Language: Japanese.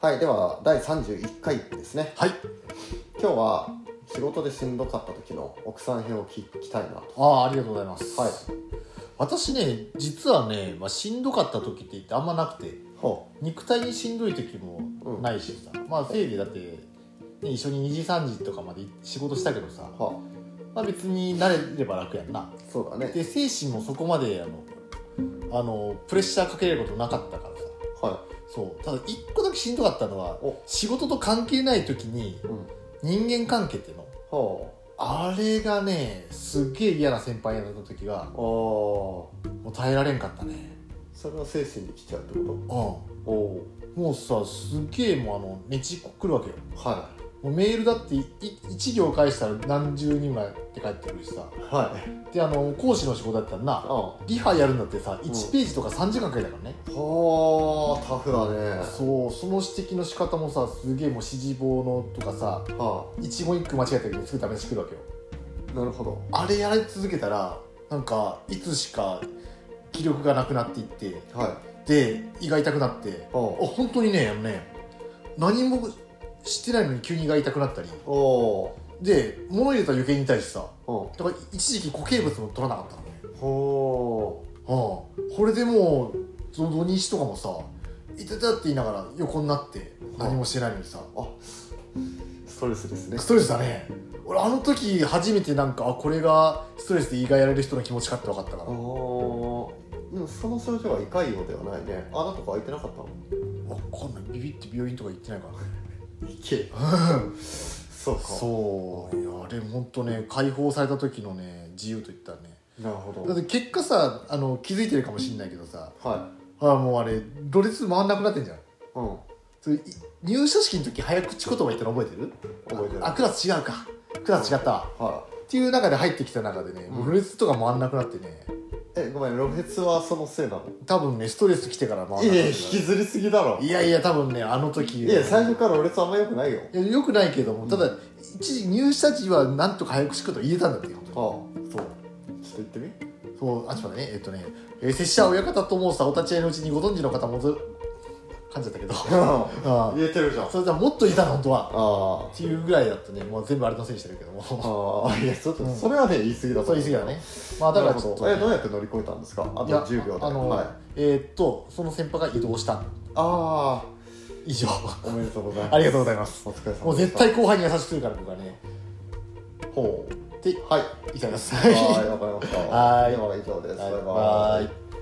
はいでは第31回ですねはい今日は仕事でしんどかった時の奥さん編を聞きたいなとああありがとうございます、はい私ね実はね、まあ、しんどかった時って言ってあんまなくてほ肉体にしんどい時もないしさ、まあ生理だって、ね、一緒に2時3時とかまで仕事したけどさう、はまあ、別に慣れれば楽やんなあ、そうだねで精神もそこまであのあのプレッシャーかけることなかったからさはそうただ一個だけしんどかったのはお仕事と関係ない時にいうん人間関係っていうのほあれがねすっげえ嫌な先輩になった時がうああもう耐えられんかったねそれは精神に来ちゃうってこうんとおおもうさすっげえもうあのねちっこくるわけよはもうメールだってい一行返したら何十人前って返ってくるしさいはいであの講師の仕事だったらあなあリハやるんだってさん1ページとか3時間かけたからね、ほうタフだねそうその指摘の仕方もさすげえもう指示棒のとかさは一言一句間違えた時にすぐダメ出しくるわけよあなるほどあれやられ続けたらなんかいつしか気力がなくなっていってはいで胃が痛くなってあおう本当にねあのね何も知ってないのに急に胃が痛くなったりおおで物入れたら余計に痛いしさおだから一時期固形物も取らなかったのねほああこれでもうゾ土日とかもさ「痛た」って言いながら横になって何もしてないのにさうストレスですねストレスだね俺あの時初めてなんかあこれがストレスで胃がやられる人の気持ちかって分かったからあーでもその症状は胃潰瘍ではないね穴とか開いてなかったの分かんないビビって病院とか行ってないからねいけ そうかそういやあれ本当ね解放された時のね自由といったらねなるほどだって結果さあの気づいてるかもしれないけどさはあもうあれろれつ回んなくなってんじゃんいうんそれい入社式の時早口言葉言ったの覚えてる覚えてるあクラス違うかクラス違ったわはっていう中で入ってきた中でね、うんもうろれつとか回んなくなってねいえごめん露出はそのせいなの多分ねストレス来てから回いんなくやなっ引てきずりすぎだろいやいや多分ねあの時いや最初から俺つあんまよくないよいやよくないけども、うんただ一時入社時はなんとか早口言葉言えたんだってよああち本ょ当にそうっと言ってみそう、あ、ちょっと待ってね、えっとね、えー、拙者親方と申すお立ち会いのうちにご存知の方もず、噛んじゃっ たけど、あ言えてるじゃんあそれじゃもっといたの、本当は。あっていうぐらいだったね、もう全部あれのせいにしてるけども。 そああいやちょっとうんそれはね言い過ぎだう言い過ぎだね。まあだからちょっと、えどうやって乗り越えたんですかあといや10秒であの、はいえーっと、その先輩が移動した。あ以上。あおめでとうございますありがとうございます。お疲れ様でしたもう絶対後輩に優しくするから、僕はね。ほうで、はいいただきます。はいわかりましたはい では以上ですは バいイバイバイ